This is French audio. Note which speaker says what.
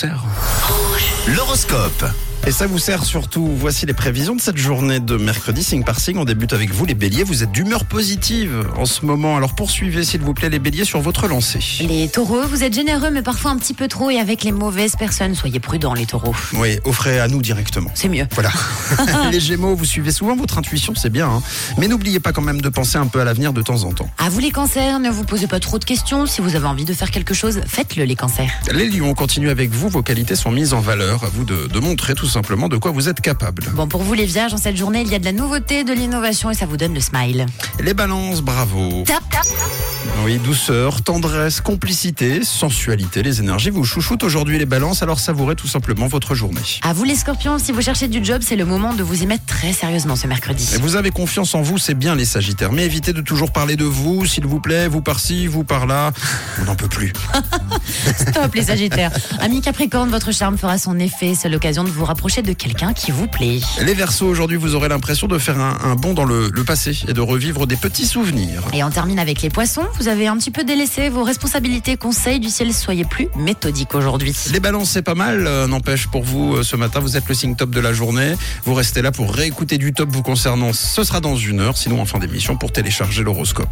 Speaker 1: Terre.
Speaker 2: L'horoscope.
Speaker 1: Et ça vous sert surtout. Voici les prévisions de cette journée de mercredi, signe par signe. On débute avec vous, les béliers. Vous êtes d'humeur positive en ce moment. Alors poursuivez, s'il vous plaît, les béliers sur votre lancée.
Speaker 3: Les taureaux, vous êtes généreux mais parfois un petit peu trop et avec les mauvaises personnes, soyez prudents les taureaux.
Speaker 1: Oui, offrez à nous directement.
Speaker 3: C'est mieux.
Speaker 1: Voilà. les gémeaux, vous suivez souvent votre intuition, c'est bien. hein. Mais n'oubliez pas quand même de penser un peu à l'avenir de temps en temps.
Speaker 3: À vous les cancers, ne vous posez pas trop de questions. Si vous avez envie de faire quelque chose, faites-le les cancers.
Speaker 1: Les lions, continuez avec vous. Vos qualités sont mises en valeur. À vous de, de montrer tout simplement de quoi vous êtes capable.
Speaker 3: Bon, pour vous les vierges, en cette journée, il y a de la nouveauté, de l'innovation et ça vous donne le smile.
Speaker 1: Les balances, bravo.
Speaker 3: Tap, tap.
Speaker 1: Oui, douceur, tendresse, complicité, sensualité, les énergies vous chouchoutent aujourd'hui les balances, alors savourez tout simplement votre journée.
Speaker 3: À vous les scorpions, si vous cherchez du job, c'est le moment de vous y mettre très sérieusement ce mercredi.
Speaker 1: Et vous avez confiance en vous, c'est bien les sagittaires, mais évitez de toujours parler de vous, s'il vous plaît, vous par-ci, vous par-là, on n'en peut plus.
Speaker 3: Stop les sagittaires. Amis capricorne, votre charme fera son effet. C'est l'occasion de vous rapprocher de quelqu'un qui vous plaît.
Speaker 1: Les versos, aujourd'hui vous aurez l'impression de faire un, un bond dans le, le passé et de revivre des petits souvenirs.
Speaker 3: Et on termine avec les poissons. Vous avez un petit peu délaissé vos responsabilités, conseils du ciel. Soyez plus méthodique aujourd'hui.
Speaker 1: Les balances, c'est pas mal, euh, n'empêche pour vous, euh, ce matin, vous êtes le signe top de la journée. Vous restez là pour réécouter du top vous concernant. Ce sera dans une heure, sinon en fin d'émission, pour télécharger l'horoscope.